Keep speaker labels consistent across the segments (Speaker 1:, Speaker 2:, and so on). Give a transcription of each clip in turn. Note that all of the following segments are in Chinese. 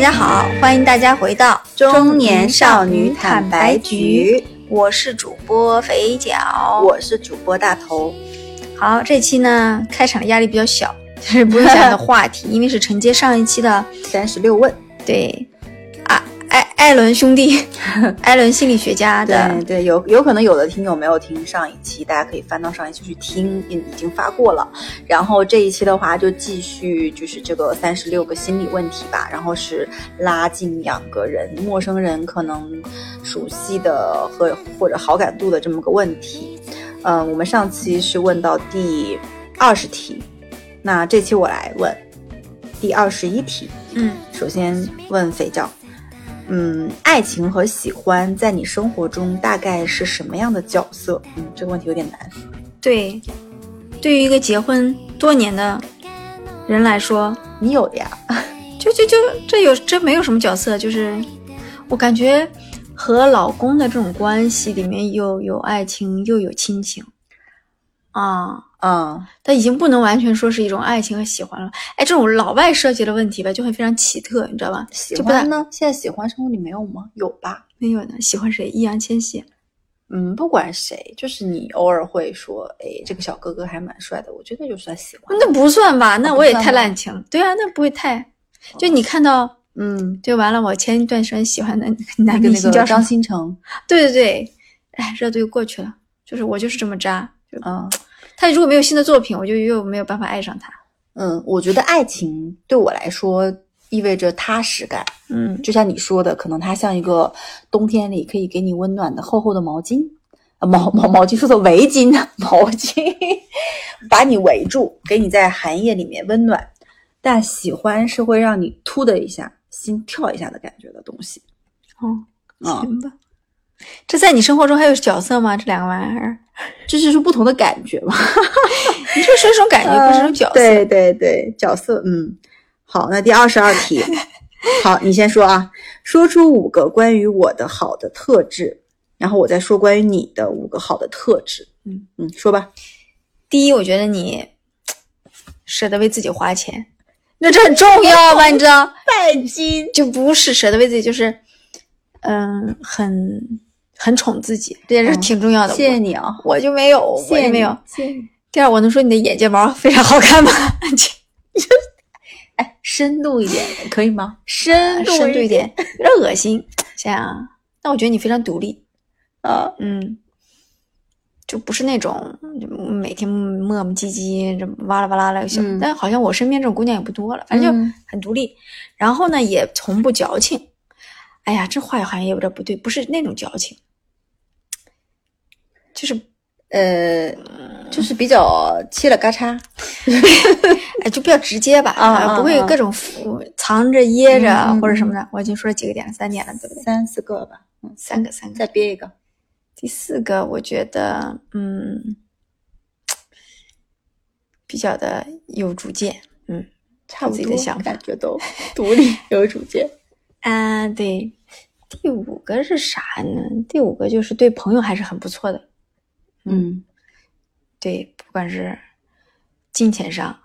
Speaker 1: 家好，欢迎大家回到
Speaker 2: 中年少女坦白局，
Speaker 1: 我是主播肥脚。
Speaker 2: 我是主播大头。
Speaker 1: 好，这期呢开场压力比较小，就是不用讲你的话题，因为是承接上一期的
Speaker 2: 三十六问，
Speaker 1: 对啊艾艾伦兄弟， 艾伦心理学家的
Speaker 2: 对对，有有可能有的听友没有听上一期，大家可以翻到上一期去听，已已经发过了。然后这一期的话，就继续就是这个三十六个心理问题吧，然后是拉近两个人、陌生人可能熟悉的和或者好感度的这么个问题。嗯，我们上期是问到第二十题，那这期我来问第二十一题。
Speaker 1: 嗯
Speaker 2: 首先问肥皂，嗯，爱情和喜欢在你生活中大概是什么样的角色？嗯，这个问题有点难。
Speaker 1: 对，对于一个结婚多年的人来说，
Speaker 2: 你有的呀？
Speaker 1: 就就就这有这没有什么角色，就是我感觉和老公的这种关系里面又有爱情又有亲情啊，
Speaker 2: 嗯，
Speaker 1: 但已经不能完全说是一种爱情和喜欢了。哎，这种老外设计的问题吧，就会非常奇特，你知道吧？
Speaker 2: 喜
Speaker 1: 就不太
Speaker 2: 欢呢？现在喜欢生活里没有吗？有吧？
Speaker 1: 没有呢，喜欢谁？易烊千玺。
Speaker 2: 嗯，不管谁，就是你偶尔会说，哎，这个小哥哥还蛮帅的，我觉得就算喜欢。
Speaker 1: 那不算吧？那
Speaker 2: 哦不
Speaker 1: 我也
Speaker 2: 算
Speaker 1: 太
Speaker 2: 吗
Speaker 1: 滥情。对啊，那不会太。就你看到，
Speaker 2: 嗯，
Speaker 1: 就完了。我前一段时间喜欢的
Speaker 2: 那
Speaker 1: 男
Speaker 2: 个
Speaker 1: 明
Speaker 2: 那
Speaker 1: 星
Speaker 2: 个
Speaker 1: 叫什
Speaker 2: 张
Speaker 1: 么？
Speaker 2: 新成，
Speaker 1: 对对对，哎，热度又过去了。就是我就是这么渣，就
Speaker 2: 嗯
Speaker 1: 他如果没有新的作品，我就又没有办法爱上他。
Speaker 2: 嗯，我觉得爱情对我来说意味着踏实感。
Speaker 1: 嗯，
Speaker 2: 就像你说的，可能它像一个冬天里可以给你温暖的厚厚的毛巾，啊，毛毛毛巾说的围巾， 毛巾把你围住，给你在寒夜里面温暖。但喜欢是会让你突的一下，心跳一下的感觉的东西。
Speaker 1: 哦，
Speaker 2: 啊、
Speaker 1: 行吧。这在你生活中还有角色吗？这两个玩意儿，
Speaker 2: 这就是不同的感觉吧。
Speaker 1: 你这是一种感觉，不是一种角色。
Speaker 2: 呃对对对，角色，嗯，好，那第二十二题，好，你先说啊，说出五个关于我的好的特质，然后我再说关于你的五个好的特质，
Speaker 1: 嗯
Speaker 2: 嗯，说吧，
Speaker 1: 第一，我觉得你舍得为自己花钱，那这很重 要吧？你知道，
Speaker 2: 拜金，
Speaker 1: 就不是舍得为自己，就是嗯，很很宠自己，这件事
Speaker 2: 嗯
Speaker 1: 挺重要的。
Speaker 2: 谢谢你啊，
Speaker 1: 我，我就没有，
Speaker 2: 谢
Speaker 1: 我就
Speaker 2: 谢你哦
Speaker 1: 没有。
Speaker 2: 谢谢你，
Speaker 1: 第二，我能说你的眼睫毛非常好看吗？
Speaker 2: 哎，深度一 点可以吗？深度
Speaker 1: 啊深度一
Speaker 2: 一
Speaker 1: 点，有点恶心。想想啊，但我觉得你非常独立，
Speaker 2: 啊，
Speaker 1: 嗯，就不是那种嗯每天磨磨唧唧、这么哇啦哇啦的小，
Speaker 2: 嗯
Speaker 1: 但好像我身边这种姑娘也不多了，反正就
Speaker 2: 嗯
Speaker 1: 很独立，然后呢也从不矫情。哎呀，这话好像也有点不对，不是那种矫情，就是
Speaker 2: 呃，就是比较切了嘎嚓，
Speaker 1: 哎就比较直接吧，
Speaker 2: 啊啊
Speaker 1: 不会有
Speaker 2: 啊
Speaker 1: 各种伏藏着掖着、
Speaker 2: 嗯嗯
Speaker 1: 或者什么的。我已经说了几个点了，三点了，对不对？
Speaker 2: 三四个吧，
Speaker 1: 三个，三个。
Speaker 2: 再憋一个，
Speaker 1: 第四个，我觉得，嗯，比较的有主见，嗯，
Speaker 2: 差不
Speaker 1: 自己
Speaker 2: 多，
Speaker 1: 的想法
Speaker 2: 感觉都 独立有主见，
Speaker 1: 啊，对。第五个是啥呢？第五个就是对朋友还是很不错的，
Speaker 2: 嗯。
Speaker 1: 对，不管是金钱上，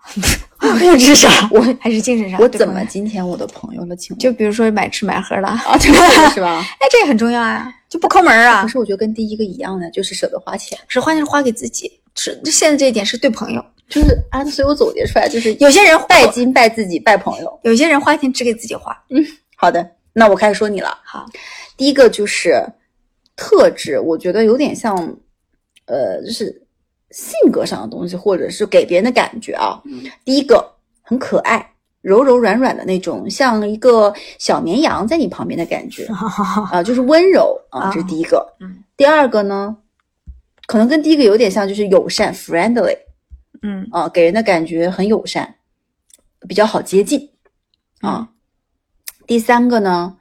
Speaker 1: 物质上，我还是精神上，
Speaker 2: 我
Speaker 1: 对
Speaker 2: 怎
Speaker 1: 朋
Speaker 2: 么
Speaker 1: 友
Speaker 2: 今天我的朋友了？请问
Speaker 1: 就比如说买吃买喝了，
Speaker 2: 啊，这个 是吧？
Speaker 1: 哎，这个很重要啊，就不抠门儿啊
Speaker 2: 可，是我觉得跟第一个一样的，就是舍得花钱，
Speaker 1: 只花钱是花给自己，是现在这一点是对朋友，
Speaker 2: 就是按所以我总结出来就是
Speaker 1: 有些人花
Speaker 2: 拜金、拜自己、拜朋友。
Speaker 1: 有些人花钱只给自己花，
Speaker 2: 好的，那我开始说你了。
Speaker 1: 好，
Speaker 2: 第一个就是特质，我觉得有点像，呃，就是性格上的东西，或者是给别人的感觉啊。
Speaker 1: 嗯
Speaker 2: 第一个很可爱。柔柔软软的那种，像一个小绵羊在你旁边的 感觉啊、就是温柔啊、这是第一个。
Speaker 1: 嗯
Speaker 2: 第二个呢，可能跟第一个有点像，就是友善 （friendly）
Speaker 1: 嗯
Speaker 2: 啊、给人的感觉很友善，比较好接近
Speaker 1: 嗯
Speaker 2: 啊、第三个呢，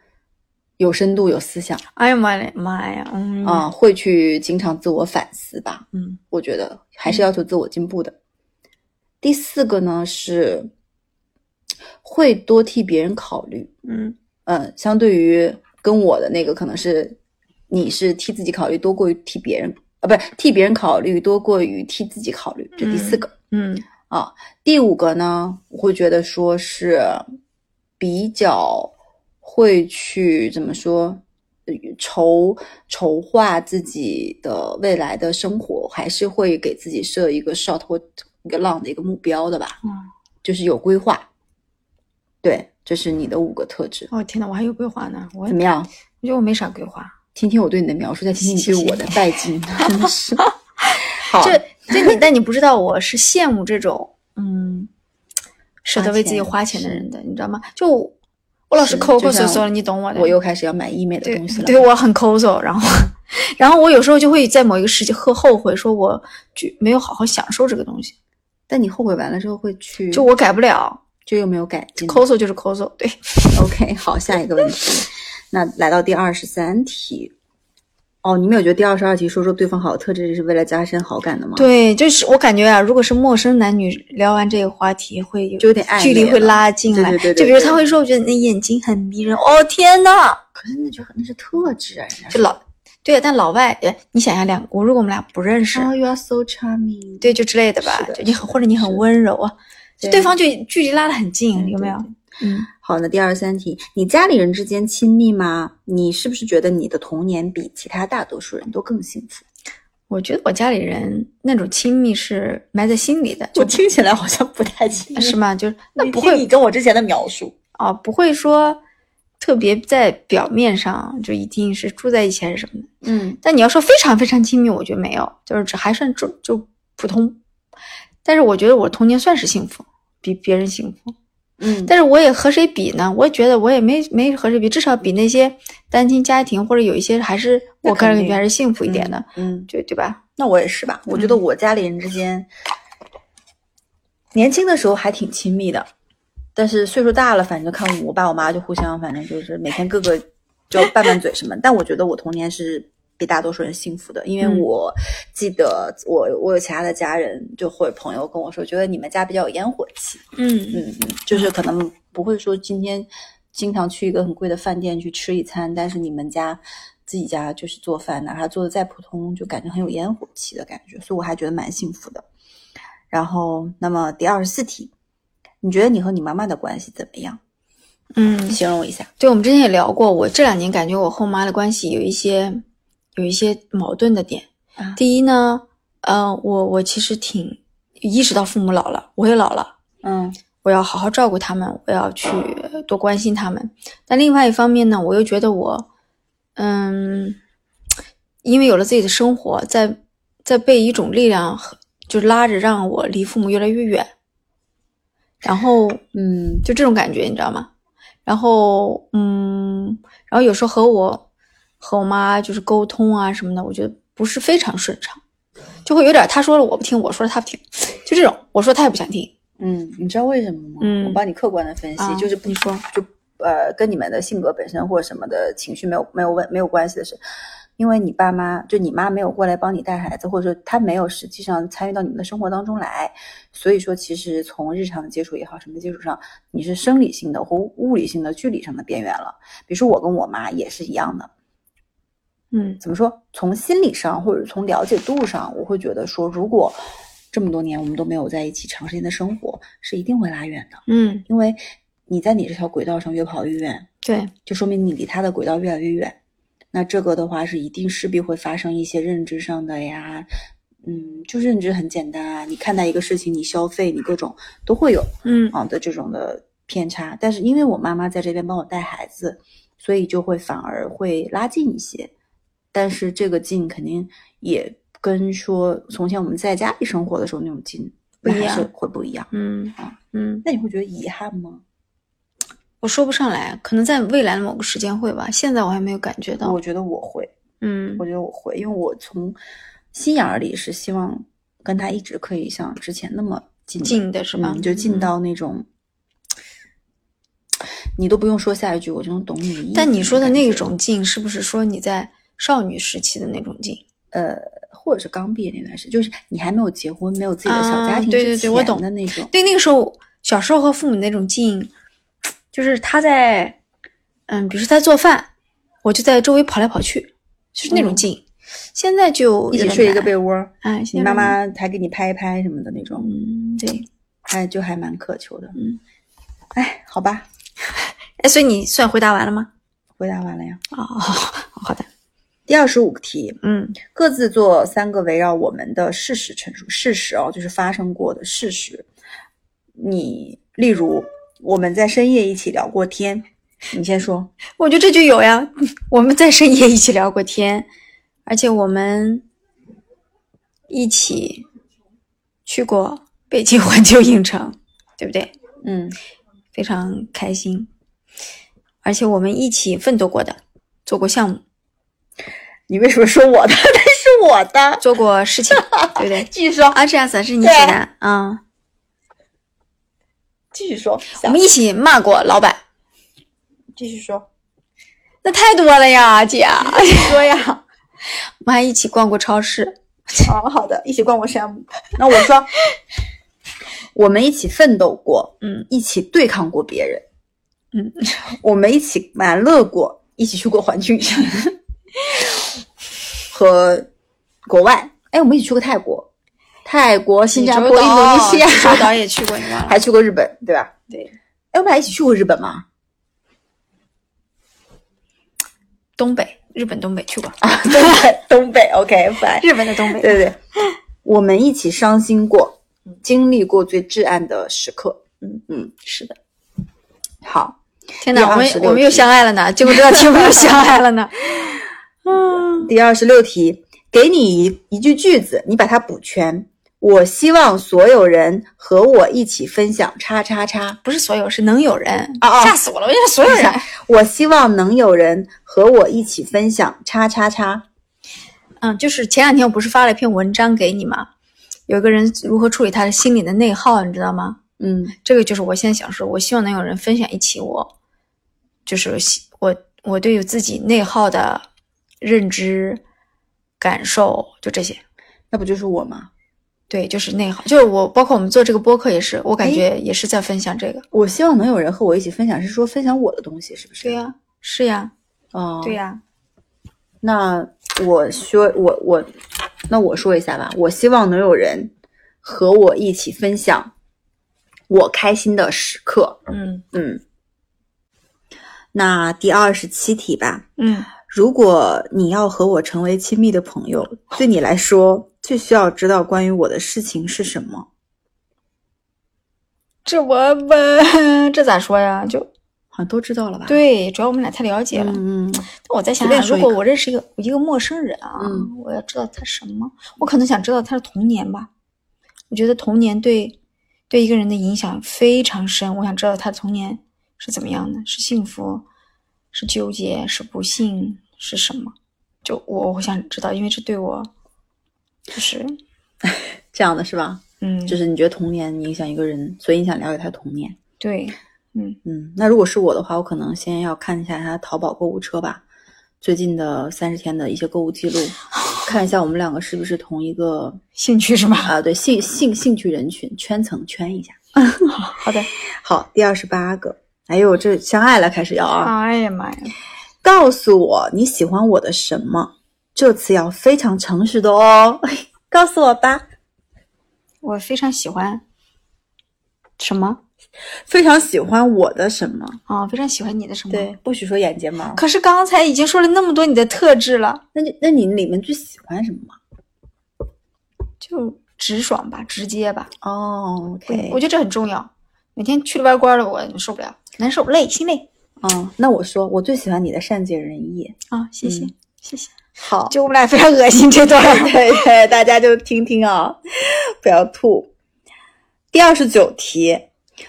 Speaker 2: 有深度、有思想
Speaker 1: 哎呀妈呀妈呀，嗯
Speaker 2: 啊、会去经常自我反思吧。
Speaker 1: 嗯
Speaker 2: 我觉得还是要求自我进步的。第四个呢是会多替别人考虑，
Speaker 1: 嗯
Speaker 2: 嗯，相对于跟我的那个可能是，你是替自己考虑多过于替别人啊，不是替别人考虑多过于替自己考虑，这第四个、
Speaker 1: 嗯
Speaker 2: 啊。第五个呢，我会觉得说是比较会去怎么说，呃筹筹划自己的未来的生活，还是会给自己设一个 short 或一个 long 的一个目标的吧？
Speaker 1: 嗯，
Speaker 2: 就是有规划。对，这是你的五个特质。
Speaker 1: 哦天哪，我还有规划呢，我
Speaker 2: 怎么样？
Speaker 1: 我觉得我没啥规划。
Speaker 2: 听听我对你的描述，再听听你对我的拜 金，真的是。好，
Speaker 1: 这这你，但你不知道，我是羡慕这种嗯，舍
Speaker 2: 花
Speaker 1: 得为自己
Speaker 2: 钱
Speaker 1: 花钱的
Speaker 2: 是
Speaker 1: 人的，你知道吗？就我老是
Speaker 2: 是
Speaker 1: 抠
Speaker 2: 就
Speaker 1: 抠搜
Speaker 2: 像
Speaker 1: 搜的，你懂我的。
Speaker 2: 我又开始要买医美的
Speaker 1: 对
Speaker 2: 东西了。
Speaker 1: 对，我很抠搜，然后 然后我有时候就会在某一个时期会后悔，说我就没有好好享受这个东西，
Speaker 2: 但你后悔完了之后会去，
Speaker 1: 就我改不了，
Speaker 2: 就又没有改进。
Speaker 1: 抠搜就是抠搜，对，
Speaker 2: OK，好，下一个问题。那来到第二十三题。哦，你们有觉得第二十二题说说对方好特质是为了加深好感的吗？，
Speaker 1: 对，就是我感觉啊，如果是陌生男女聊完这个话题，会有
Speaker 2: 就有点暧昧
Speaker 1: 距离会
Speaker 2: 了
Speaker 1: 拉近
Speaker 2: 对
Speaker 1: 来。
Speaker 2: 对对对
Speaker 1: 就比如
Speaker 2: 对
Speaker 1: 他会说，我觉得你的眼睛很迷人，哦天呐，
Speaker 2: 可是那就那是特质啊，人家
Speaker 1: 就老对啊，但老外，哎你想想两，我如果我们俩不认识，
Speaker 2: 说。Oh, you are so charming。
Speaker 1: 对，就之类的吧
Speaker 2: 是，的
Speaker 1: 就你很
Speaker 2: 是的
Speaker 1: 或者你
Speaker 2: 是
Speaker 1: 很
Speaker 2: 的
Speaker 1: 温柔啊，就
Speaker 2: 对
Speaker 1: 对方就距离拉得很近，有没有
Speaker 2: 对？
Speaker 1: 嗯，
Speaker 2: 好，那第二十三题，你家里人之间亲密吗？你是不是觉得你的童年比其他大多数人都更幸福？
Speaker 1: 我觉得我家里人那种亲密是埋在心里的，就
Speaker 2: 我听起来好像不太亲密，
Speaker 1: 是吗？就是那
Speaker 2: 你
Speaker 1: 不
Speaker 2: 听
Speaker 1: 会
Speaker 2: 你跟我之前的描述，
Speaker 1: 啊，不会说特别在表面上就一定是住在一起还是什么的。
Speaker 2: 嗯，
Speaker 1: 但你要说非常非常亲密，我觉得没有，就是只还算就就普通。但是我觉得我童年算是幸福，比别人幸福。
Speaker 2: 嗯，
Speaker 1: 但是我也和谁比呢？我也觉得我也没没和谁比，至少比那些单亲家庭或者有一些还是
Speaker 2: 那
Speaker 1: 我个人
Speaker 2: 肯
Speaker 1: 感觉
Speaker 2: 定
Speaker 1: 还是幸福一点的，
Speaker 2: 嗯，
Speaker 1: 就对吧？
Speaker 2: 那我也是吧，我觉得我家里人之间，年轻的时候还挺亲密的，但是岁数大了，反正看我爸我妈就互相，反正就是每天各个就拌拌嘴什么。但我觉得我童年是比大多数人幸福的，因为
Speaker 1: 嗯
Speaker 2: 我记得我我有其他的家人就会朋友跟我说，觉得你们家比较有烟火气，
Speaker 1: 嗯，
Speaker 2: 嗯，嗯，就是可能不会说今天经常去一个很贵的饭店去吃一餐，但是你们家自己家就是做饭，哪怕做的再普通，就感觉很有烟火气的感觉，所以我还觉得蛮幸福的。然后，那么第二十四题，你觉得你和你妈妈的关系怎么样？
Speaker 1: 嗯，
Speaker 2: 形容一下。
Speaker 1: 对，我们之前也聊过，我这两年感觉我和我妈的关系有一些有一些矛盾的点。
Speaker 2: 啊
Speaker 1: 第一呢，呃，我我其实挺意识到父母老了，我也老了，
Speaker 2: 嗯
Speaker 1: 我要好好照顾他们，我要去多关心他们。但另外一方面呢，我又觉得我，嗯，因为有了自己的生活，在在被一种力量就拉着，让我离父母越来越远。然后
Speaker 2: 嗯，
Speaker 1: 就这种感觉，你知道吗？然后，嗯，然后有时候和我和我妈就是沟通啊什么的，我觉得不是非常顺畅，就会有点她说了我不听，我说了她不听，就这种，我说她也不想听。
Speaker 2: 嗯，你知道为什么吗？
Speaker 1: 嗯
Speaker 2: 我帮你客观的分析，
Speaker 1: 啊
Speaker 2: 就是不
Speaker 1: 你说
Speaker 2: 就呃跟你们的性格本身或者什么的情绪没有没有问没有关系的事，因为你爸妈就你妈没有过来帮你带孩子，或者说她没有实际上参与到你们的生活当中来，所以说其实从日常的接触也好，什么接触上，你是生理性的或物理性的距离上的边缘了。比如说我跟我妈也是一样的，
Speaker 1: 嗯
Speaker 2: 怎么说？从心理上或者从了解度上，我会觉得说，如果这么多年我们都没有在一起长时间的生活，是一定会拉远的。
Speaker 1: 嗯，
Speaker 2: 因为你在你这条轨道上越跑越远，
Speaker 1: 对，
Speaker 2: 就说明你离他的轨道越来越远。那这个的话是一定势必会发生一些认知上的呀，嗯，就认知很简单啊，你看待一个事情，你消费，你各种都会有
Speaker 1: 嗯
Speaker 2: 啊的这种的偏差。但是因为我妈妈在这边帮我带孩子，所以就会反而会拉近一些。但是这个近肯定也跟说从前我们在家里生活的时候那种近
Speaker 1: 不一
Speaker 2: 那还是
Speaker 1: 样
Speaker 2: 会不一样。
Speaker 1: 嗯嗯，
Speaker 2: 那你会觉得遗憾吗？
Speaker 1: 我说不上来，可能在未来的某个时间会吧，现在我还没有感觉到
Speaker 2: 我。觉得我会，
Speaker 1: 嗯
Speaker 2: 我觉得我会，因为我从心眼儿里是希望跟他一直可以像之前那么近
Speaker 1: 近的是吧
Speaker 2: 嗯，就近
Speaker 1: 嗯
Speaker 2: 到那种，你都不用说下一句，我就能懂你的意思。
Speaker 1: 但你说的
Speaker 2: 感
Speaker 1: 那
Speaker 2: 觉，
Speaker 1: 种劲，是不是说你在少女时期的那种劲？
Speaker 2: 呃，或者是刚毕业那段时间，就是你还没有结婚，没有自己的小
Speaker 1: 啊
Speaker 2: 家庭
Speaker 1: 对
Speaker 2: 之
Speaker 1: 对对我
Speaker 2: 前
Speaker 1: 懂
Speaker 2: 的那种，
Speaker 1: 对，那个时候小时候和父母那种劲，就是他在，嗯，比如说他在做饭，我就在周围跑来跑去，就是那种
Speaker 2: 嗯
Speaker 1: 劲。现在就
Speaker 2: 一起
Speaker 1: 有点
Speaker 2: 睡一个
Speaker 1: 难
Speaker 2: 被，窝儿，
Speaker 1: 哎，
Speaker 2: 你
Speaker 1: 现在
Speaker 2: 妈
Speaker 1: 有点难，
Speaker 2: 妈还给你拍一拍什么的那种，
Speaker 1: 嗯，对，
Speaker 2: 还就还蛮渴求的。
Speaker 1: 嗯，
Speaker 2: 哎，好吧，
Speaker 1: 哎，所以你算回答完了吗？
Speaker 2: 回答完了呀。
Speaker 1: 哦，好的，
Speaker 2: 第二十五题，
Speaker 1: 嗯
Speaker 2: 各自做三个围绕我们的事实陈述。事实哦，就是发生过的事实。你例如，我们在深夜一起聊过天，你先说。
Speaker 1: 我觉得这就有呀。 我们在深夜一起聊过天，而且我们一起去过北京环球影城， 对不对？
Speaker 2: 嗯，
Speaker 1: 非常开心，而且我们一起奋斗过的，做过项目，
Speaker 2: 你为什么说我的？ 那是我的。
Speaker 1: 做过事 情，对不对？
Speaker 2: 继续说，
Speaker 1: 啊，这样子是你写的啊、
Speaker 2: 继续说，
Speaker 1: 我们一起骂过老板，
Speaker 2: 继续说，
Speaker 1: 那太多了呀，姐。啊
Speaker 2: 继续说呀。
Speaker 1: 我们还一起逛过超市，
Speaker 2: 哦，好的，一起逛过山姆。 那我说，我们一起奋斗过，
Speaker 1: 嗯，
Speaker 2: 一起对抗过别人，
Speaker 1: 嗯，
Speaker 2: 我们一起玩乐过，一起去过环 球影城和国外。哎，我们一起去过泰国、泰国、新加坡、印
Speaker 1: 济州岛
Speaker 2: 度尼西亚
Speaker 1: 济， 州岛也去过，你忘了？
Speaker 2: 还去过日本，对吧？
Speaker 1: 对，
Speaker 2: 哎，我们俩一起去过日本吗？
Speaker 1: 东北，日本东北去过，
Speaker 2: 啊， 东北，东北，OK，拜。
Speaker 1: 日本的东北，
Speaker 2: 对对，我们一起伤心过，经历过最至暗的时刻。嗯嗯，
Speaker 1: 是的。
Speaker 2: 好，
Speaker 1: 天哪，我们
Speaker 2: 126
Speaker 1: 我们又相爱了呢，结果 这道题我们又相爱了呢。嗯，
Speaker 2: 第二十六题，给你一一句句子，你把它补全。我希望所有人和我一起分享叉叉叉。
Speaker 1: 不是所有，是能有人，
Speaker 2: 啊啊
Speaker 1: 吓死我了！我以为所有人，
Speaker 2: 我希望能有人和我一起分享叉叉叉。
Speaker 1: 嗯，就是前两天我不是发了一篇文章给你吗？有一个人如何处理他的心理的内耗，你知道吗？
Speaker 2: 嗯
Speaker 1: 这个就是我现在想说，我希望能有人分享一起我，就是喜我我对于自己内耗的认知、感受，就这些。
Speaker 2: 那不就是我吗？
Speaker 1: 对，就是内耗，就是我，包括我们做这个播客也是，我感觉也是在分享这个。
Speaker 2: 我希望能有人和我一起分享，是说分享我的东西，是不是？
Speaker 1: 对呀、是呀，
Speaker 2: 哦，
Speaker 1: 对呀、
Speaker 2: 那我说，我我，那我说一下吧。我希望能有人和我一起分享我开心的时刻。
Speaker 1: 嗯
Speaker 2: 嗯，那第二十七题吧。
Speaker 1: 嗯，
Speaker 2: 如果你要和我成为亲密的朋友，对你来说最需要知道关于我的事情是什么？
Speaker 1: 这我不， 这咋说呀？就
Speaker 2: 好像都知道了吧？，
Speaker 1: 对，主要我们俩太了解了。
Speaker 2: 嗯嗯，
Speaker 1: 但我在想
Speaker 2: 随便
Speaker 1: 想，
Speaker 2: 说
Speaker 1: 如
Speaker 2: 一
Speaker 1: 果
Speaker 2: 个
Speaker 1: 我认识一个一个陌生人啊，
Speaker 2: 嗯
Speaker 1: 我要知道他什么，我可能想知道他的童年吧。我觉得童年对对一个人的影响非常深，我想知道他的童年是怎么样的，是幸福，是纠结，是不幸，是什么？就我我想知道，因为这对我就是
Speaker 2: 这样的是吧？
Speaker 1: 嗯，
Speaker 2: 就是你觉得童年影响一个人，所以你想了解他童年。
Speaker 1: 对，嗯
Speaker 2: 嗯，那如果是我的话，我可能先要看一下他淘宝购物车吧，最近的三十天的一些购物记录，看一下我们两个是不是同一个
Speaker 1: 兴趣是吧？
Speaker 2: 啊、对兴兴兴趣人群圈层圈一下。
Speaker 1: 好的，
Speaker 2: 好，第二十八个，哎呦，这相爱了开始要啊！
Speaker 1: 哎呀妈呀，
Speaker 2: 告诉我你喜欢我的什么？这次要非常诚实的哦， 告诉我吧。
Speaker 1: 我非常喜欢什么
Speaker 2: 非常喜欢我的什么？
Speaker 1: 啊、非常喜欢你的什么？
Speaker 2: 对，嗯不许说眼睫毛。
Speaker 1: 可是刚才已经说了那么多你的特质了，
Speaker 2: 那就那你里面最喜欢什么吗？
Speaker 1: 就直爽吧，直接吧。
Speaker 2: 哦，OK，
Speaker 1: 我觉得这很重要。每天去里边关了，我受不了，难受，累，心累
Speaker 2: 嗯，那我说，我最喜欢你的善解人意。
Speaker 1: 啊！谢谢，
Speaker 2: 嗯
Speaker 1: 谢谢。
Speaker 2: 好
Speaker 1: 就我们俩非常恶心这段。
Speaker 2: 对对，大家就听听啊，不要吐。第二十九题，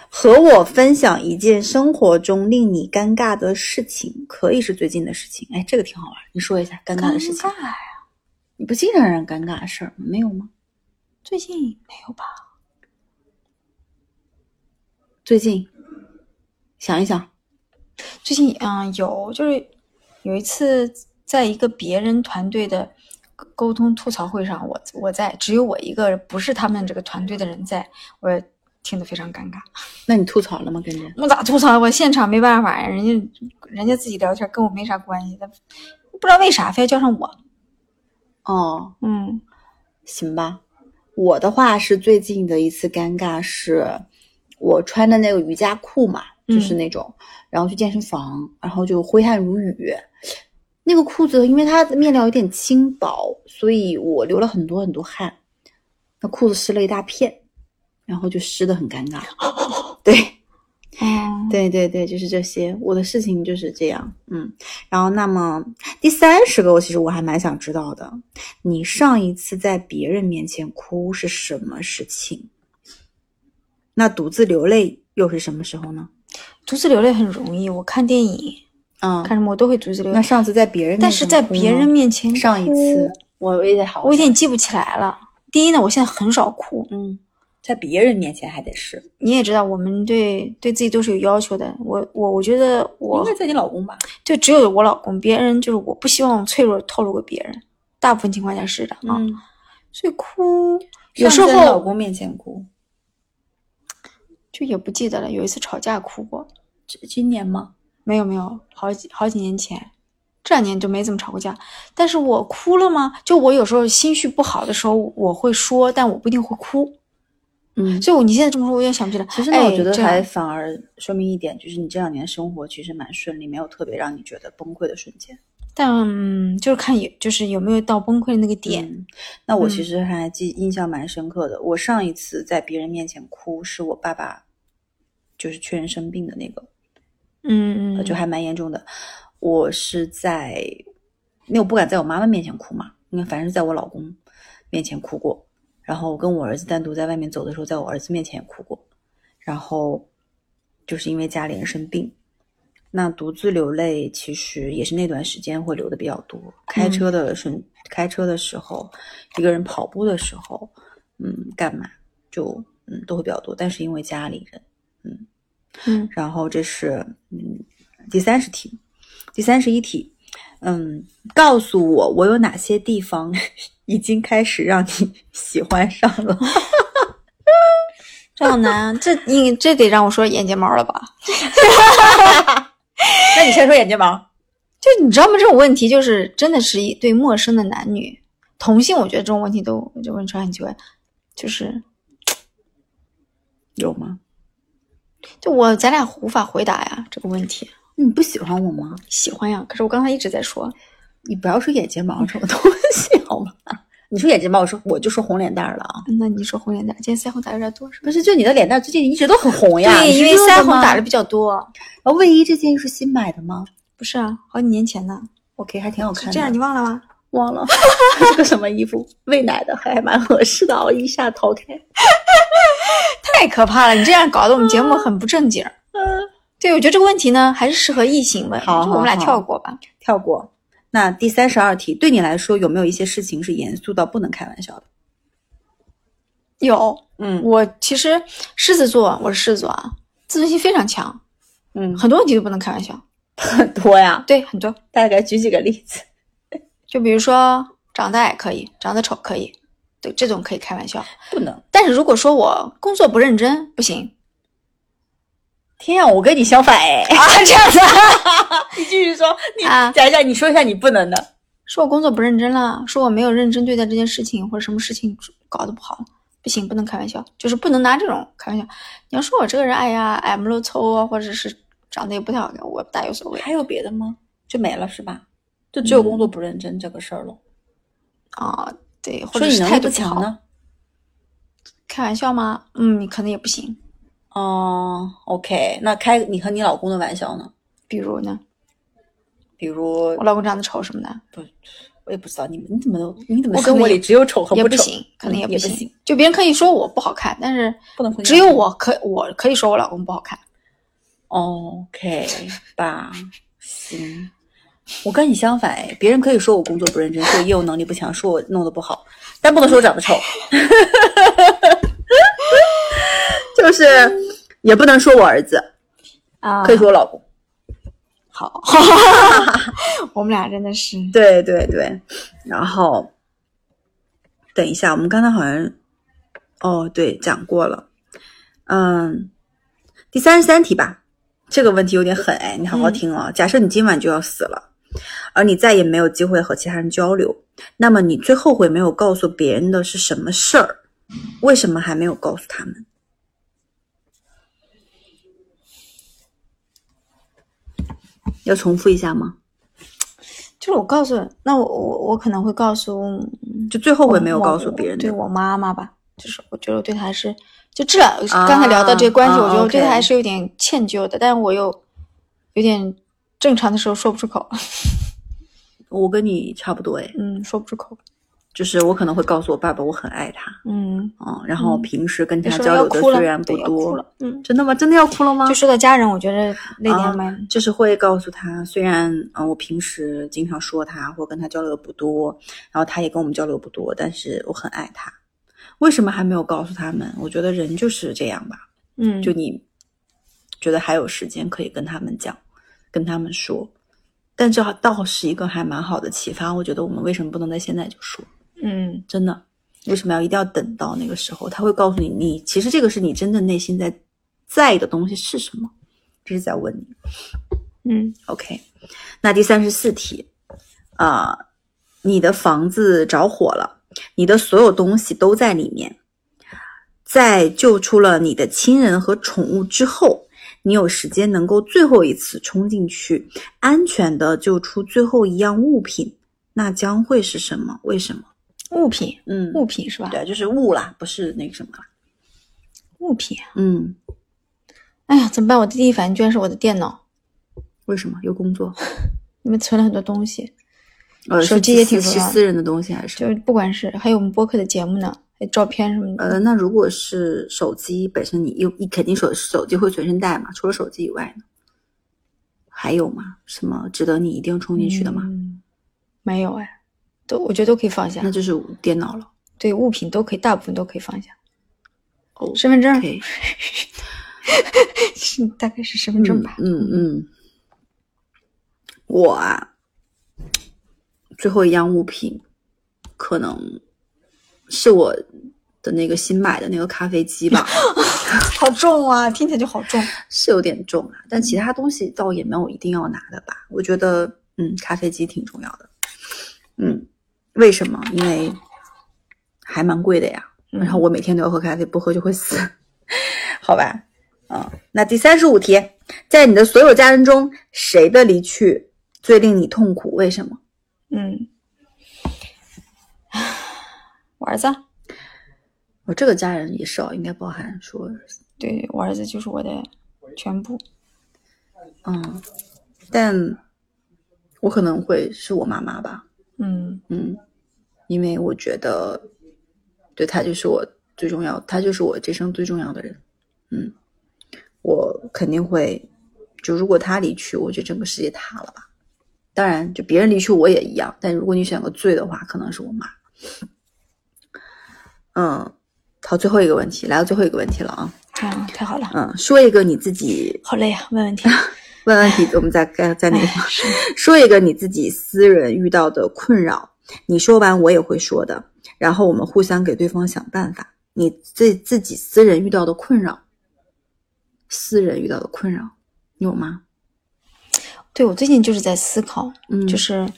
Speaker 2: 和我分享一件生活中令你尴尬的事情，可以是最近的事情。哎，这个挺好玩，你说一下尴尬的事情。
Speaker 1: 尬呀，
Speaker 2: 你不经常让人尴尬的事儿没有吗？
Speaker 1: 最近没有吧？
Speaker 2: 最近想一想，
Speaker 1: 最近嗯、有，就是有一次在一个别人团队的沟通吐槽会上，我我在只有我一个不是他们这个团队的人在，我也听得非常尴尬。
Speaker 2: 那你吐槽了吗？跟人
Speaker 1: 我咋吐槽？我现场没办法呀，人家人家自己聊天跟我没啥关系，但不知道为啥非要叫上我。
Speaker 2: 哦，
Speaker 1: 嗯，
Speaker 2: 行吧，我的话是最近的一次尴尬是，我穿的那个瑜伽裤嘛，就是那种，然后去健身房，然后就挥汗如雨。那个裤子，因为它面料有点轻薄，所以我流了很多很多汗，那裤子湿了一大片，然后就湿的很尴尬。 对，
Speaker 1: 嗯，
Speaker 2: 对对对，就是这些。我的事情就是这样，嗯。然后，那么第三十个，我其实我还蛮想知道的，你上一次在别人面前哭是什么事情？那独自流泪又是什么时候呢？
Speaker 1: 独自流泪很容易，我看电影
Speaker 2: 嗯，
Speaker 1: 看什么我都会独自流
Speaker 2: 那
Speaker 1: 泪，
Speaker 2: 上次在别人面前哭呢，
Speaker 1: 但是在别人面前
Speaker 2: 上一次我也得好，
Speaker 1: 我有点记不起来了。第一呢，我现在很少哭，
Speaker 2: 嗯，在别人面前还得是，
Speaker 1: 你也知道，我们对对自己都是有要求的。我我我觉得我
Speaker 2: 应该在你老公吧？
Speaker 1: 就只有我老公，别人就是我不希望脆弱透露给别人，大部分情况下是的啊。
Speaker 2: 嗯，
Speaker 1: 所以哭有
Speaker 2: 有
Speaker 1: 时
Speaker 2: 时候在你老
Speaker 1: 候
Speaker 2: 公面前哭，
Speaker 1: 就也不记得了。有一次吵架哭过，
Speaker 2: 这今年吗？
Speaker 1: 没有没有，好几好几年前，这两年就没怎么吵过架。但是我哭了吗？就我有时候心绪不好的时候，我会说，但我不一定会哭。
Speaker 2: 嗯，
Speaker 1: 所以我你现在这么说，我也想不起来。
Speaker 2: 其实呢，
Speaker 1: 哎
Speaker 2: 我觉得
Speaker 1: 这样
Speaker 2: 还反而说明一点，就是你这两年生活其实蛮顺利，没有特别让你觉得崩溃的瞬间。
Speaker 1: 但、嗯、就是看有就是有没有到崩溃的那个点。
Speaker 2: 嗯，那我其
Speaker 1: 嗯
Speaker 2: 实还记印象蛮深刻的。我上一次在别人面前哭，是我爸爸就是确认生病的那个，
Speaker 1: 嗯嗯，
Speaker 2: 呃就还蛮严重的。我是在，因为我不敢在我妈妈面前哭嘛，因为反正是在我老公面前哭过。然后我跟我儿子单独在外面走的时候，在我儿子面前也哭过。然后就是因为家里人生病，那独自流泪其实也是那段时间会流的比较多。开车的时、开车的时候，一个人跑步的时候，嗯，干嘛就嗯都会比较多。但是因为家里人，
Speaker 1: 嗯
Speaker 2: 然后这是嗯第三十题，第三十一题，嗯，告诉我我有哪些地方 已经开始让你 喜欢上了？
Speaker 1: 这好难，这你这得让我说眼睫毛了吧？
Speaker 2: 那你先说眼睫毛，
Speaker 1: 就你知道吗？这种问题就是真的是一对陌生的男女同性，我觉得这种问题都就问出来很奇怪，就是
Speaker 2: 有吗？
Speaker 1: 就我咱俩无法回答呀这个问题。
Speaker 2: 你不喜欢我吗？
Speaker 1: 喜欢呀，可是我刚才一直在说，
Speaker 2: 你不要说眼睫毛这种东西好吗？ 你说眼睫毛，我说我就说红脸蛋儿了啊。
Speaker 1: 那你说红脸蛋，今天腮红打有点多是吧？
Speaker 2: 不是，就你的脸蛋儿最近一直都很红呀。
Speaker 1: 对，因为腮红打的
Speaker 2: 的。
Speaker 1: 比较多。
Speaker 2: 然呃后卫衣这件是新买的吗
Speaker 1: 不是啊，好几年前呢。
Speaker 2: ？OK，还挺好看
Speaker 1: 是
Speaker 2: 的。
Speaker 1: 这样，你忘了吗？
Speaker 2: 忘了 是个什么衣服，喂奶的还蛮合适的，我一下逃 开。
Speaker 1: 太可怕了，你这样搞得我们节目很不正经。
Speaker 2: 嗯，
Speaker 1: 对，我觉得这个问题呢，还是适合异性问，
Speaker 2: 好
Speaker 1: 就我们俩
Speaker 2: 好好
Speaker 1: 跳过吧。
Speaker 2: 跳过。那第三十二题，对你来说有没有一些事情是严肃到不能开玩笑的？
Speaker 1: 有，
Speaker 2: 嗯
Speaker 1: 我其实狮子座，我是狮子座啊，自尊心非常强，
Speaker 2: 嗯，
Speaker 1: 很多问题都不能开玩笑。
Speaker 2: 很多呀，
Speaker 1: 对，很多，
Speaker 2: 大概举几个例子。
Speaker 1: 就比如说长得矮可以，长得丑可以，对，这种可以开玩笑。
Speaker 2: 不能，
Speaker 1: 但是如果说我工作不认真，不行
Speaker 2: 天呀，我跟你相反哎！
Speaker 1: 啊，这样子啊。
Speaker 2: 你继 续说，你
Speaker 1: 啊
Speaker 2: 讲一下，你说一下你不能的。
Speaker 1: 说我工作不认真了，说我没有认真对待这件事情，或者什么事情搞得不好，不行，不能开玩笑，就是不能拿这种开玩笑。你要说我这个人，哎呀，矮不溜凑啊，或者是长得也不太好看，我大有所谓
Speaker 2: 还有别的吗？就没了是吧？就只有工作不认真这个事儿了。
Speaker 1: 啊。对，或
Speaker 2: 说
Speaker 1: 者
Speaker 2: 你
Speaker 1: 是
Speaker 2: 能
Speaker 1: 态
Speaker 2: 力
Speaker 1: 度
Speaker 2: 不
Speaker 1: 不
Speaker 2: 强
Speaker 1: 好，
Speaker 2: 呢？
Speaker 1: 开玩笑吗？嗯，你可能也不行。
Speaker 2: 哦、o k 那开你和你老公的玩笑呢？
Speaker 1: 比如呢，
Speaker 2: 比如
Speaker 1: 我老公长得丑什么的，
Speaker 2: 我也不知道你们你怎么都你怎么
Speaker 1: 我可
Speaker 2: 生活
Speaker 1: 能
Speaker 2: 里只有丑和
Speaker 1: 也
Speaker 2: 丑，
Speaker 1: 行，可能
Speaker 2: 嗯
Speaker 1: 也
Speaker 2: 也不
Speaker 1: 行。
Speaker 2: 行
Speaker 1: 就别人可以说我不好看，但是
Speaker 2: 不能回
Speaker 1: 只有我可我可以说我老公不好看。
Speaker 2: OK 吧，行。我跟你相反，哎，别人可以说我工作不认真，说我业务能力不强，说我弄得不好，但不能说我长得丑， 就是也不能说我儿子，
Speaker 1: 啊，
Speaker 2: 可以说我老公。
Speaker 1: 好， 我们俩真的是
Speaker 2: 对对对，然后等一下，我们刚才好像哦，对，讲过了。嗯，第三十三题吧，这个问题有点狠哎，你好好
Speaker 1: 嗯
Speaker 2: 听哦。假设你今晚就要死了，而你再也没有机会和其他人交流，那么你最后悔没有告诉别人的是什么事儿？为什么还没有告诉他们？要重复一下吗？
Speaker 1: 就是我告诉，那我我我可能会告诉，嗯
Speaker 2: 就最后
Speaker 1: 我
Speaker 2: 悔没有告诉别人
Speaker 1: 对
Speaker 2: 的。
Speaker 1: 我妈妈吧，就是我觉得我对她还是，就这刚才聊到这个关系，
Speaker 2: 啊
Speaker 1: 我觉得我对她
Speaker 2: OK
Speaker 1: 还是有点歉疚的，但是我又有点正常的时候说不出口，
Speaker 2: 我跟你差不多哎，
Speaker 1: 嗯，说不出口，
Speaker 2: 就是我可能会告诉我爸爸我很爱他，
Speaker 1: 嗯，
Speaker 2: 嗯，然后
Speaker 1: 嗯
Speaker 2: 平时跟
Speaker 1: 有
Speaker 2: 他
Speaker 1: 时候
Speaker 2: 交
Speaker 1: 要
Speaker 2: 流的
Speaker 1: 哭了
Speaker 2: 虽然，不
Speaker 1: 对，要哭
Speaker 2: 多，
Speaker 1: 了，嗯，
Speaker 2: 真的吗？真的要哭了吗？
Speaker 1: 就说到家人，我觉得那
Speaker 2: 啊
Speaker 1: 点蛮，
Speaker 2: 就是会告诉他，虽然嗯、呃我平时经常说他或跟他交流不多，然后他也跟我们交流不多，但是我很爱他。为什么还没有告诉他们？我觉得人就是这样吧，
Speaker 1: 嗯，
Speaker 2: 就你觉得还有时间可以跟他们讲，跟他们说，但这倒是一个还蛮好的启发。我觉得我们为什么不能在现在就说？
Speaker 1: 嗯
Speaker 2: 真的，为什么要一定要等到那个时候？他会告诉你，你其实这个是你真正内心在在意的东西是什么，这是在问你。
Speaker 1: 嗯
Speaker 2: OK，那第三十四题，啊、你的房子着火了，你的所有东西都在里面。在救出了你的亲人和宠物之后，你有时间能够最后一次冲进去，安全的救出最后一样物品，那将会是什么？为什么？
Speaker 1: 物品
Speaker 2: 嗯，
Speaker 1: 物品是吧？
Speaker 2: 对，就是物啦，不是那个什么啦。
Speaker 1: 物品，
Speaker 2: 嗯，
Speaker 1: 哎呀，怎么办？我的第一反应居然是我的电脑，
Speaker 2: 为什么有工作？
Speaker 1: 里面存了很多东西，
Speaker 2: 呃，
Speaker 1: 手
Speaker 2: 是
Speaker 1: 机也
Speaker 2: 私
Speaker 1: 挺重
Speaker 2: 是
Speaker 1: 要的
Speaker 2: 私人的东西还是？
Speaker 1: 就是不管是还有我们播客的节目呢，还有照片什么的，
Speaker 2: 呃，那如果是手机本身你，用你肯定手手机会随身带嘛？除了手机以外呢，还有吗？什么值得你一定冲进去的吗？
Speaker 1: 嗯没有哎，都我觉得都可以放下
Speaker 2: 那，就是电脑了。
Speaker 1: 对物品都可以，大部分都可以放下。
Speaker 2: 哦
Speaker 1: 身份证
Speaker 2: OK，
Speaker 1: 是嗯大概是身份证吧。
Speaker 2: 嗯嗯嗯，我啊，最后一样物品可能是我的那个新买的那个咖啡机吧。
Speaker 1: 好重啊，听起来就好重。
Speaker 2: 是有点重啊，但其他东西倒也没有一定要拿的吧。我觉得，嗯，咖啡机挺重要的。嗯，为什么？因为还蛮贵的呀。
Speaker 1: 嗯
Speaker 2: 然后我每天都要喝咖啡，不喝就会死， 好吧？啊、那第三十五题，在你的所有家人中，谁的离去最令你痛苦？为什么？
Speaker 1: 嗯， 我儿子啊，
Speaker 2: 我这个家人也是哦，应该包含说，
Speaker 1: 对我儿子就是我的全部。
Speaker 2: 嗯，但我可能会是我妈妈吧。
Speaker 1: 嗯
Speaker 2: 嗯，因为我觉得，对他就是我最重要，他就是我这生最重要的人。嗯，我肯定会，就如果他离去，我觉得整个世界塌了吧。当然，就别人离去我也一样，但如果你选个最的话，可能是我妈。嗯，好，最后一个问题，来到最后一个问题了啊。
Speaker 1: 啊，太好了，
Speaker 2: 嗯，说一个你自己
Speaker 1: 好累啊，问问题。哎
Speaker 2: 问问题，我们再该 再那个。说一个你自己私人遇到的困扰，你说完我也会说的，然后我们互相给对方想办法。你自自己私人遇到的困扰，私人遇到的困扰，你有吗？
Speaker 1: 对我最近就是在思考，
Speaker 2: 嗯，
Speaker 1: 就是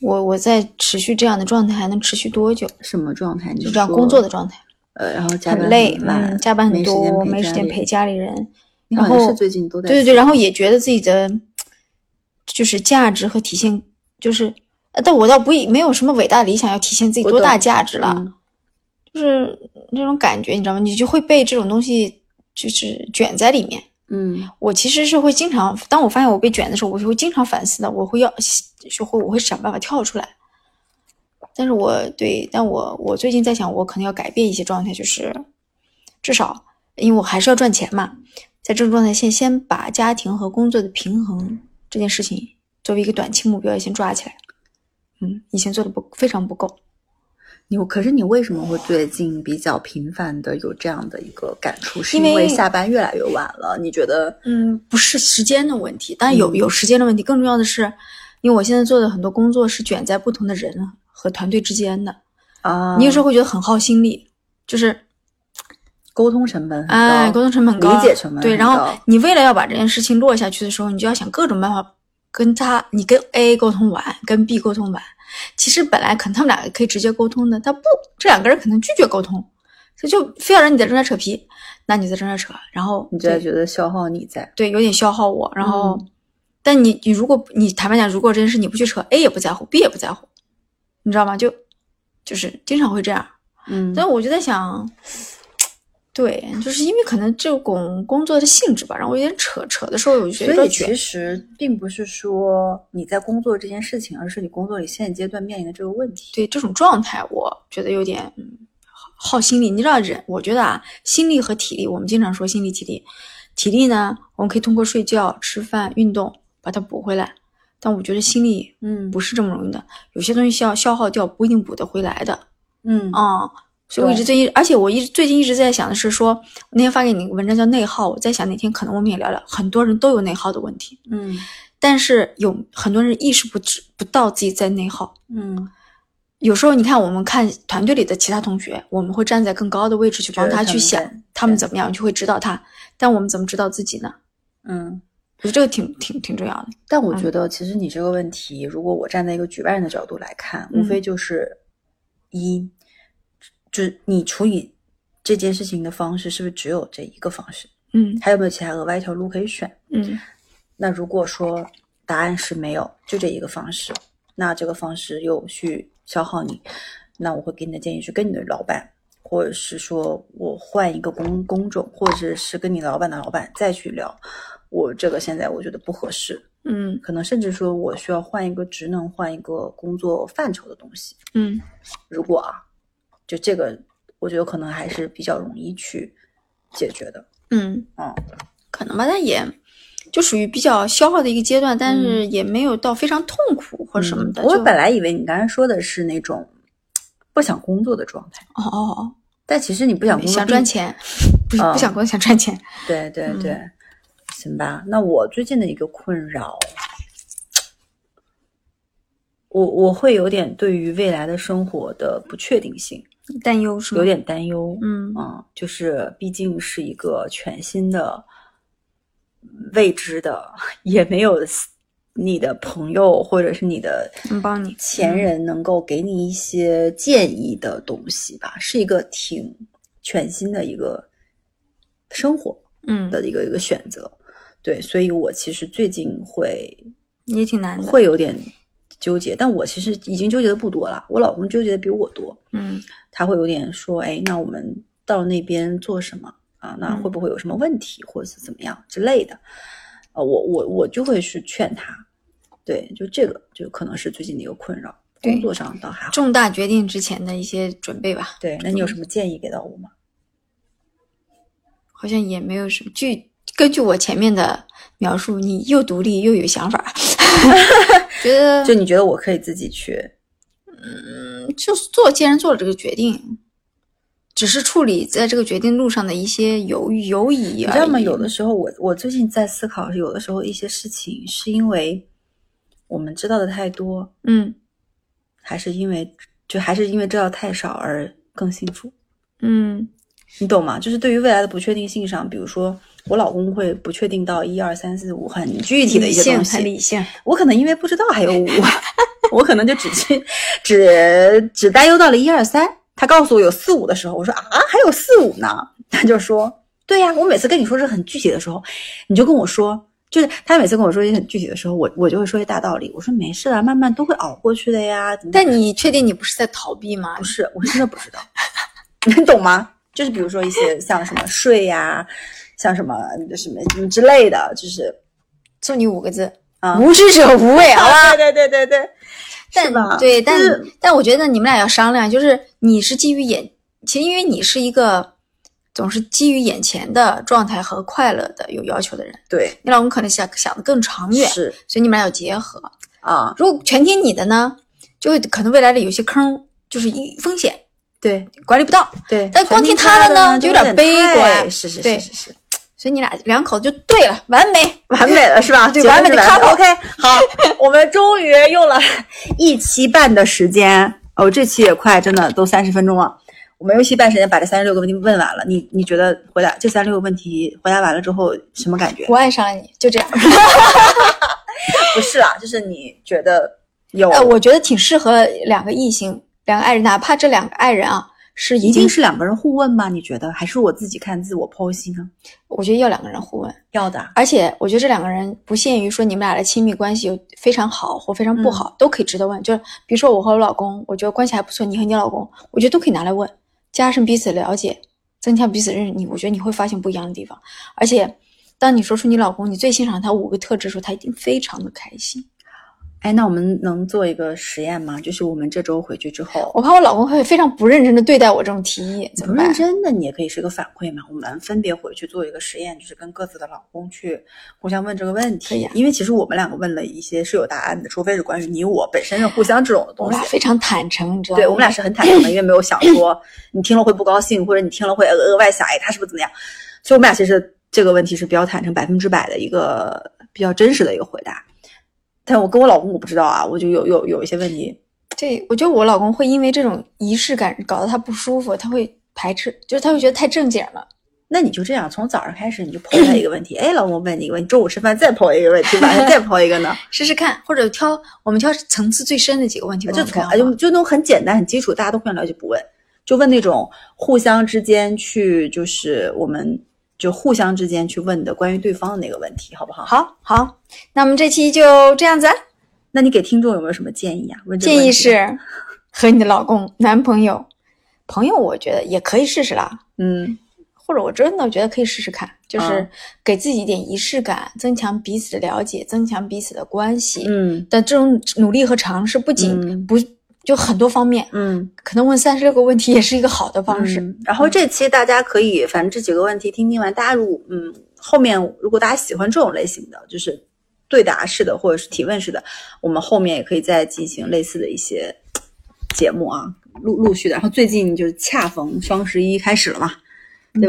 Speaker 1: 我我在持续这样的状态还能持续多久？
Speaker 2: 什么状态？你
Speaker 1: 就这样工作
Speaker 2: 的，
Speaker 1: 的状态，
Speaker 2: 呃，然后加班
Speaker 1: 很累，
Speaker 2: 晚
Speaker 1: 嗯，加班很多，
Speaker 2: 没
Speaker 1: 没时间陪
Speaker 2: 家里。
Speaker 1: 家里人。
Speaker 2: 你好
Speaker 1: 然
Speaker 2: 像
Speaker 1: 后
Speaker 2: 是最近都在嗯
Speaker 1: 对对对，然后也觉得自己的就是价值和体现，就是，呃但我倒不一没有什么伟大理想要体现自己
Speaker 2: 我
Speaker 1: 多大
Speaker 2: 懂
Speaker 1: 价值了，
Speaker 2: 嗯
Speaker 1: 就是那种感觉，你知道吗？你就会被这种东西就是卷在里面。
Speaker 2: 嗯
Speaker 1: 我其实是会经常，当我发现我被卷的时候，我就会经常反思的，我会要学会，我会想办法跳出来。但是我对，但我我最近在想，我可能要改变一些状态，就是至少，因为我还是要赚钱嘛，在这种状态下，先把家庭和工作的平衡这件事情作为一个短期目标，要先抓起来。嗯，以前做的不非常不够。
Speaker 2: 你可是你为什么会最近比较频繁的有这样的一个感触？是
Speaker 1: 因
Speaker 2: 因
Speaker 1: 为
Speaker 2: 为下班越来越晚了，你觉得
Speaker 1: 嗯，不是时间的问题，但有
Speaker 2: 嗯
Speaker 1: 有时间的问题，更重要的是，因为我现在做的很多工作是卷在不同的人和团队之间的，
Speaker 2: 啊？
Speaker 1: 你有时候会觉得很耗心力，就是
Speaker 2: 沟通成本很高，
Speaker 1: 哎，沟通成本很高，
Speaker 2: 理解成本
Speaker 1: 对，
Speaker 2: 很
Speaker 1: 然后
Speaker 2: 高
Speaker 1: 你为了要把这件事情落下去的时候，你就要想各种办法跟他，你跟 A 沟通完，跟 B 沟通完，其实本来可能他们俩可以直接沟通的，他不，这两个人可能拒绝沟通，所以就非要让你在这儿扯皮，那你在这儿扯，然后
Speaker 2: 你就
Speaker 1: 对
Speaker 2: 觉得消耗你在，嗯
Speaker 1: 对，有点消耗我。然后，但你你如果你坦白讲，如果这件事你不去扯，A 也不在乎，B 也不在乎，你知道吗？就就是经常会这样。
Speaker 2: 嗯
Speaker 1: 但我就在想，对，就是因为可能这种工作的性质吧，然后有点扯扯的时候，我就觉得有
Speaker 2: 所以
Speaker 1: 点卷
Speaker 2: 其实并不是说你在工作这件事情，而是你工作里现阶段面临的这个问题。
Speaker 1: 对这种状态，我觉得有点嗯耗心力。你知道人，我觉得啊，心力和体力，我们经常说心力、体力。体力呢，我们可以通过睡觉、吃饭、运动把它补回来，但我觉得心力
Speaker 2: 嗯
Speaker 1: 不是这么容易的，有些东西需要消耗掉，不一定补得回来的。
Speaker 2: 嗯
Speaker 1: 啊、所以我一直最近，而且我一直最近一直在想的是说，那天发给你的文章叫内耗，我在想哪天可能我们也聊聊，很多人都有内耗的问题，
Speaker 2: 嗯
Speaker 1: 但是有很多人意识不知不到自己在内耗。
Speaker 2: 嗯，
Speaker 1: 有时候你看，我们看团队里的其他同学，我们会站在更高的位置去帮
Speaker 2: 觉得
Speaker 1: 他
Speaker 2: 他
Speaker 1: 去
Speaker 2: 们
Speaker 1: 想
Speaker 2: 在
Speaker 1: 他们
Speaker 2: 对
Speaker 1: 怎么样，就会指导他。但我们怎么指导自己呢？
Speaker 2: 嗯。
Speaker 1: 我觉得这个挺挺挺重要的。
Speaker 2: 但我觉得，其实你这个问题，如果我站在一个局外人的角度来看，
Speaker 1: 嗯
Speaker 2: 无非就是一，就你处理这件事情的方式是不是只有这一个方式？
Speaker 1: 嗯
Speaker 2: 还有没有其他额外一条路可以选？
Speaker 1: 嗯
Speaker 2: 那如果说答案是没有，就这一个方式，那这个方式又去消耗你，那我会给你的建议是跟你的老板，或者是说我换一个工工种，或者是跟你老板的老板再去聊，我这个现在我觉得不合适，
Speaker 1: 嗯
Speaker 2: 可能甚至说我需要换一个职能，换一个工作范畴的东西。
Speaker 1: 嗯
Speaker 2: 如果啊，就这个，我觉得可能还是比较容易去解决的。
Speaker 1: 嗯，
Speaker 2: 嗯
Speaker 1: 可能吧，但也就属于比较消耗的一个阶段，但是也没有到非常痛苦或什么的。
Speaker 2: 嗯我
Speaker 1: 就
Speaker 2: 本来以为你刚才说的是那种不想工作的状态，
Speaker 1: 哦哦哦，
Speaker 2: 但其实你不想工作，
Speaker 1: 嗯想赚。钱，嗯不、
Speaker 2: 啊
Speaker 1: 不想工作想赚 钱。
Speaker 2: 对对
Speaker 1: 嗯
Speaker 2: 对，行吧。那我最近的一个困扰，我我会有点对于未来的生活的不确定性，
Speaker 1: 担忧是吗？
Speaker 2: 有点担忧。
Speaker 1: 嗯
Speaker 2: 嗯，就是毕竟是一个全新的、未知的， 也没有你的朋友或者是你的
Speaker 1: 能帮你
Speaker 2: 前人能够给你一些建议的东西吧，是一个挺全新的一个生活
Speaker 1: 嗯，
Speaker 2: 的一个一个选择。对，所以我其实最近会
Speaker 1: 也挺难的。
Speaker 2: 会有点纠结，但我其实已经纠结的不多了，我老公纠结的比我多。
Speaker 1: 嗯
Speaker 2: 他会有点说，哎，那我们到那边做什么啊？那
Speaker 1: 嗯
Speaker 2: 会不会有什么问题，或者是怎么样之类的？呃，我我我就会去劝他，对，就这个就可能是最近的一个困扰，
Speaker 1: 对
Speaker 2: 工作上倒还好。
Speaker 1: 重大决定之前的一些准备吧，
Speaker 2: 对，那你有什么建议给到我吗？
Speaker 1: 好像也没有什么。据根据我前面的描述，你又独立又有想法， 觉得
Speaker 2: 就你觉得我可以自己去？
Speaker 1: 嗯就是做，既然做了这个决定，只是处理在这个决定路上的一些犹豫、犹疑
Speaker 2: 你
Speaker 1: 而已。
Speaker 2: 知道吗？有的时候我我最近在思考，有的时候一些事情是因为我们知道的太多，
Speaker 1: 嗯
Speaker 2: 还是因为就还是因为知道太少而更幸福？
Speaker 1: 嗯
Speaker 2: 你懂吗？就是对于未来的不确定性上，比如说我老公会不确定到一二三四五很具体的一些东西，嗯
Speaker 1: 理性，
Speaker 2: 我可能因为不知道还有五， 我可能就只去只只担忧到了一二三。他告诉我有四五的时候，我说啊还有四五呢， 他就说对呀、我每次跟你说是很具体的时候，你就跟我说。就是他每次跟我说一些很具体的时候，我我就会说一大道理。我说没事啊，慢慢都会熬过去的呀。怎么
Speaker 1: 但你确定你不是在逃避吗
Speaker 2: 不？是，我是真的不知道， 你懂吗？就是比如说一些像什么税呀、像什么什么什么之类的， 就是
Speaker 1: 送你五个字：
Speaker 2: 啊
Speaker 1: 无知者无畏，好 吧？
Speaker 2: 啊，对对对对对，
Speaker 1: 但
Speaker 2: 是吧
Speaker 1: 对，
Speaker 2: 就
Speaker 1: 但
Speaker 2: 是
Speaker 1: 但我觉得你们俩要商量，就是你是基于眼，其实因为你是一个总是基于眼前的状态和快乐的有要求的人，
Speaker 2: 对
Speaker 1: 你老公可能想想的更长远，
Speaker 2: 是
Speaker 1: 所以你们俩要结合。
Speaker 2: 啊，
Speaker 1: 如果全听你的呢，就会可能未来的有些坑就是一风险
Speaker 2: 对
Speaker 1: 管理不到，
Speaker 2: 对。
Speaker 1: 但光
Speaker 2: 全
Speaker 1: 听
Speaker 2: 听
Speaker 1: 他的呢
Speaker 2: 就
Speaker 1: 就有点悲
Speaker 2: 太
Speaker 1: 观
Speaker 2: 是是
Speaker 1: 对
Speaker 2: 是是是，
Speaker 1: 所以你俩两口子就对了，完美。
Speaker 2: 完美了 是吧？这个
Speaker 1: 完美的 couple
Speaker 2: OK，好，我们终于用了一期半的时间哦，这期也快真的都三十分钟了。我们用一期半时间把这三十六个问题问完了，你你觉得回答这三十六个问题回答完了之后什么感觉？
Speaker 1: 我爱上了你，就这样。
Speaker 2: 不是啊，就是你觉得有，
Speaker 1: 呃，我觉得挺适合两个异性，两个爱人，哪怕这两个爱人啊是已
Speaker 2: 一
Speaker 1: 经
Speaker 2: 定是两个人互问吗？你觉得还是我自己看自我剖析呢？
Speaker 1: 我觉得要两个人互问，
Speaker 2: 要的啊，
Speaker 1: 而且我觉得这两个人不限于说你们俩的亲密关系有非常好或非常不
Speaker 2: 嗯
Speaker 1: 好，都可以值得问。就是比如说我和我老公，我觉得关系还不错，你和你老公，我觉得都可以拿来问，加深彼此了解，增强彼此认识你，我觉得你会发现不一样的地方。而且，当你说出你老公你最欣赏他五个特质的时候，他一定非常的开心。
Speaker 2: 哎，那我们能做一个实验吗？就是我们这周回去之后，
Speaker 1: 我怕我老公会非常不认真的对待我这种提议，
Speaker 2: 你
Speaker 1: 怎
Speaker 2: 不
Speaker 1: 么
Speaker 2: 认
Speaker 1: 办？
Speaker 2: 真的，你也可以是个反馈嘛。我们分别回去做一个实验，就是跟各自的老公去互相问这个问题。
Speaker 1: 可以啊
Speaker 2: 因为其实我们两个问了一些是有答案的，除非是关于你我本身是互相这种的
Speaker 1: 我
Speaker 2: 东
Speaker 1: 们俩
Speaker 2: 西。
Speaker 1: 非常坦诚，你知道吗？
Speaker 2: 对我们俩是很坦诚的，因为没有想说你听了会不高兴，或者你听了会额外想，哎，他是不是怎么样？所以我们俩其实这个问题是比较坦诚、百分之百的一个比较真实的一个回答。但我跟我老公我不知道啊，我就有有有一些问题，
Speaker 1: 这，我觉得我老公会因为这种仪式感搞得他不舒服，他会排斥，就是他会觉得太正经了。
Speaker 2: 那你就这样，从早上开始你就抛他一个问题， 哎，老公问你一个问题，中午吃饭再抛一个问题，晚上再抛一个呢，
Speaker 1: 试试看，或者挑我们挑层次最深的几个问题问
Speaker 2: 就
Speaker 1: 问嗯
Speaker 2: 从哎
Speaker 1: 看好
Speaker 2: 就
Speaker 1: 吗。
Speaker 2: 就那种很简单、很基础，大家都互相了解，不问，就问那种互相之间去，就是我们就互相之间去问的关于对方的那个问题，好不哎好？，
Speaker 1: 好好，那我们这期就这样子啊。
Speaker 2: 那你给听众有没有什么建议啊？问这个
Speaker 1: 建
Speaker 2: 问
Speaker 1: 议
Speaker 2: 题，
Speaker 1: 是和你的老公、男朋友、朋友，我觉得也可以试试啦。
Speaker 2: 嗯，
Speaker 1: 或者我真的觉得可以试试看，就是
Speaker 2: 嗯
Speaker 1: 给自己一点仪式感，增强彼此的了解，增强彼此的关系。
Speaker 2: 嗯
Speaker 1: 但这种努力和尝试不仅
Speaker 2: 嗯
Speaker 1: 不、就很多方面，
Speaker 2: 嗯，
Speaker 1: 可能问三十六个问题也是一个好的方式。
Speaker 2: 嗯然后这期大家可以，反正这几个问题听听完，大家如嗯后面如果大家喜欢这种类型的，就是对答式的或者是提问式的，我们后面也可以再进行类似的一些节目啊，陆陆续的。然后最近就是恰逢双十一开始了嘛，对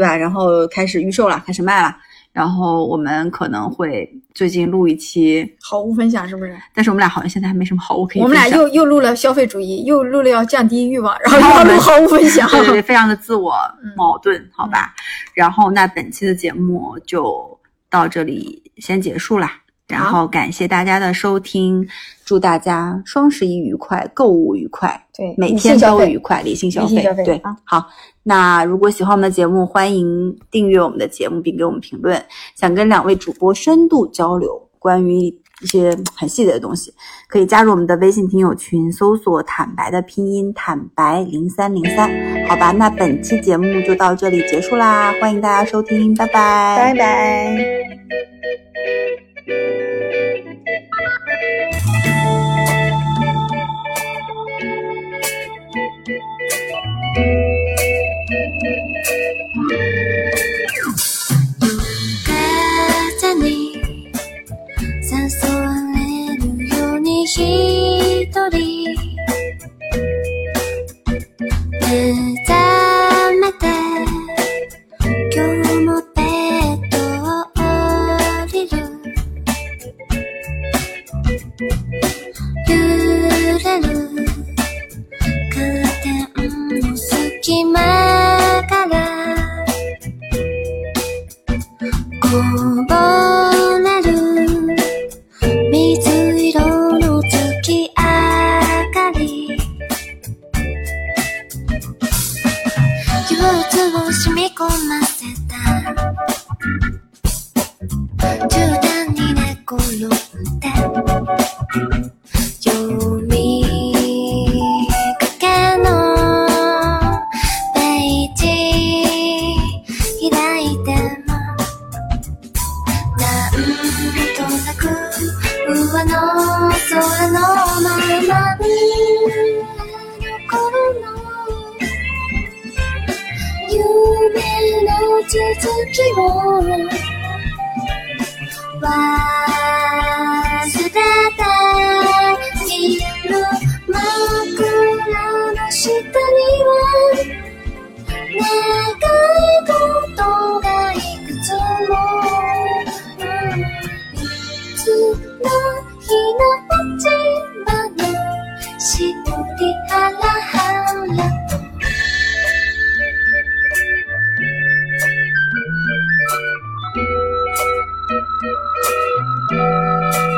Speaker 1: 嗯
Speaker 2: 吧？然后开始预售了，开始卖了。然后我们可能会最近录一期，
Speaker 1: 好物分享是不是？
Speaker 2: 但是我们俩好像现在还没什么好物可以
Speaker 1: 我
Speaker 2: 分
Speaker 1: 们
Speaker 2: 享。
Speaker 1: 俩又又录了消费主义，又录了要降低欲望，然后又
Speaker 2: 我
Speaker 1: 要
Speaker 2: 们
Speaker 1: 录好物分享。
Speaker 2: 对对对，非常的自我
Speaker 1: 嗯
Speaker 2: 矛盾，好吧。然后那本期的节目就到这里先结束啦。然
Speaker 1: 好
Speaker 2: 后感谢大家的收听，祝大家双十一愉快，购物愉快，
Speaker 1: 对
Speaker 2: 每
Speaker 1: 理性
Speaker 2: 天
Speaker 1: 消
Speaker 2: 都
Speaker 1: 费
Speaker 2: 愉快，理性消
Speaker 1: 理性
Speaker 2: 费。
Speaker 1: 消费
Speaker 2: 对
Speaker 1: 啊，
Speaker 2: 好。那如果喜欢我们的节目，欢迎订阅我们的节目并给我们评论。想跟两位主播深度交流关于一些很细节的东西，可以加入我们的微信听友群，搜索“坦白”的拼音“坦白零三零三”。好吧，那本期节目就到这里结束啦，欢迎大家收听，拜拜，
Speaker 1: 拜拜。
Speaker 3: 風に誘われるように一人目覚めて今日もベッドを降りる揺れるカーテンの隙間からこぼれる水色の月明かり憂鬱を染み込ませた中断に寝転んで読みかけのページ開いてもなんとなく上の空のままに残るの夢の続きを忘れている枕の下には願い事がいくつもうんいつの日の立場のしおりハラハラ「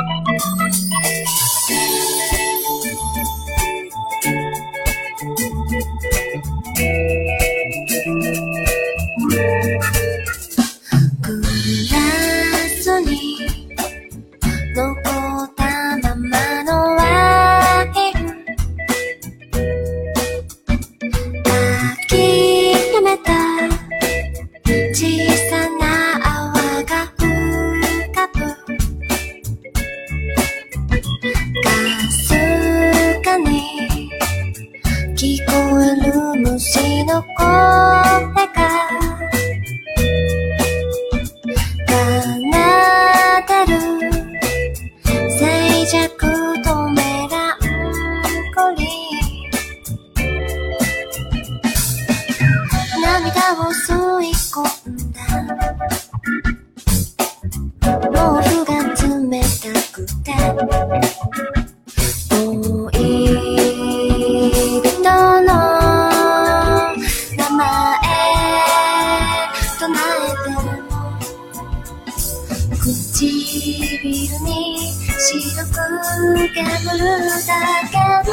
Speaker 3: 唇に白くかぶるだけ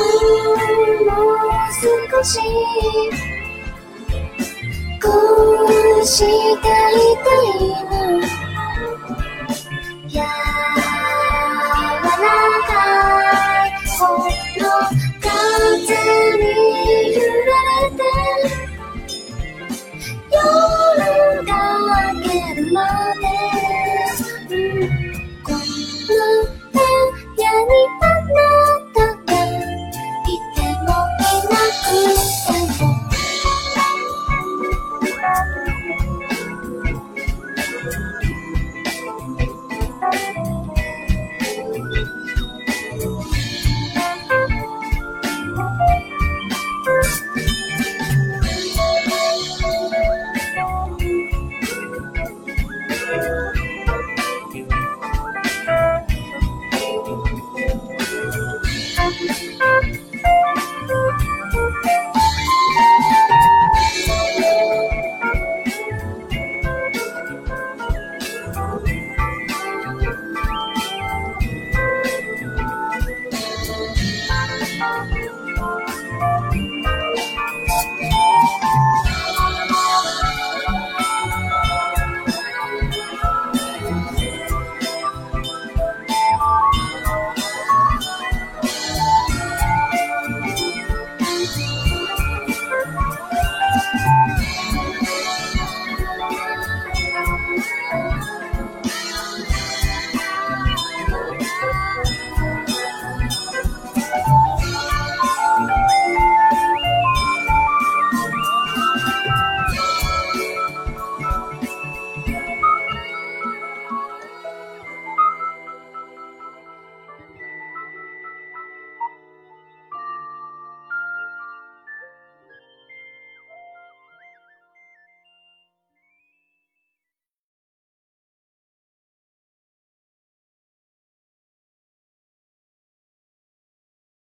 Speaker 3: もう少しこうしていたいの優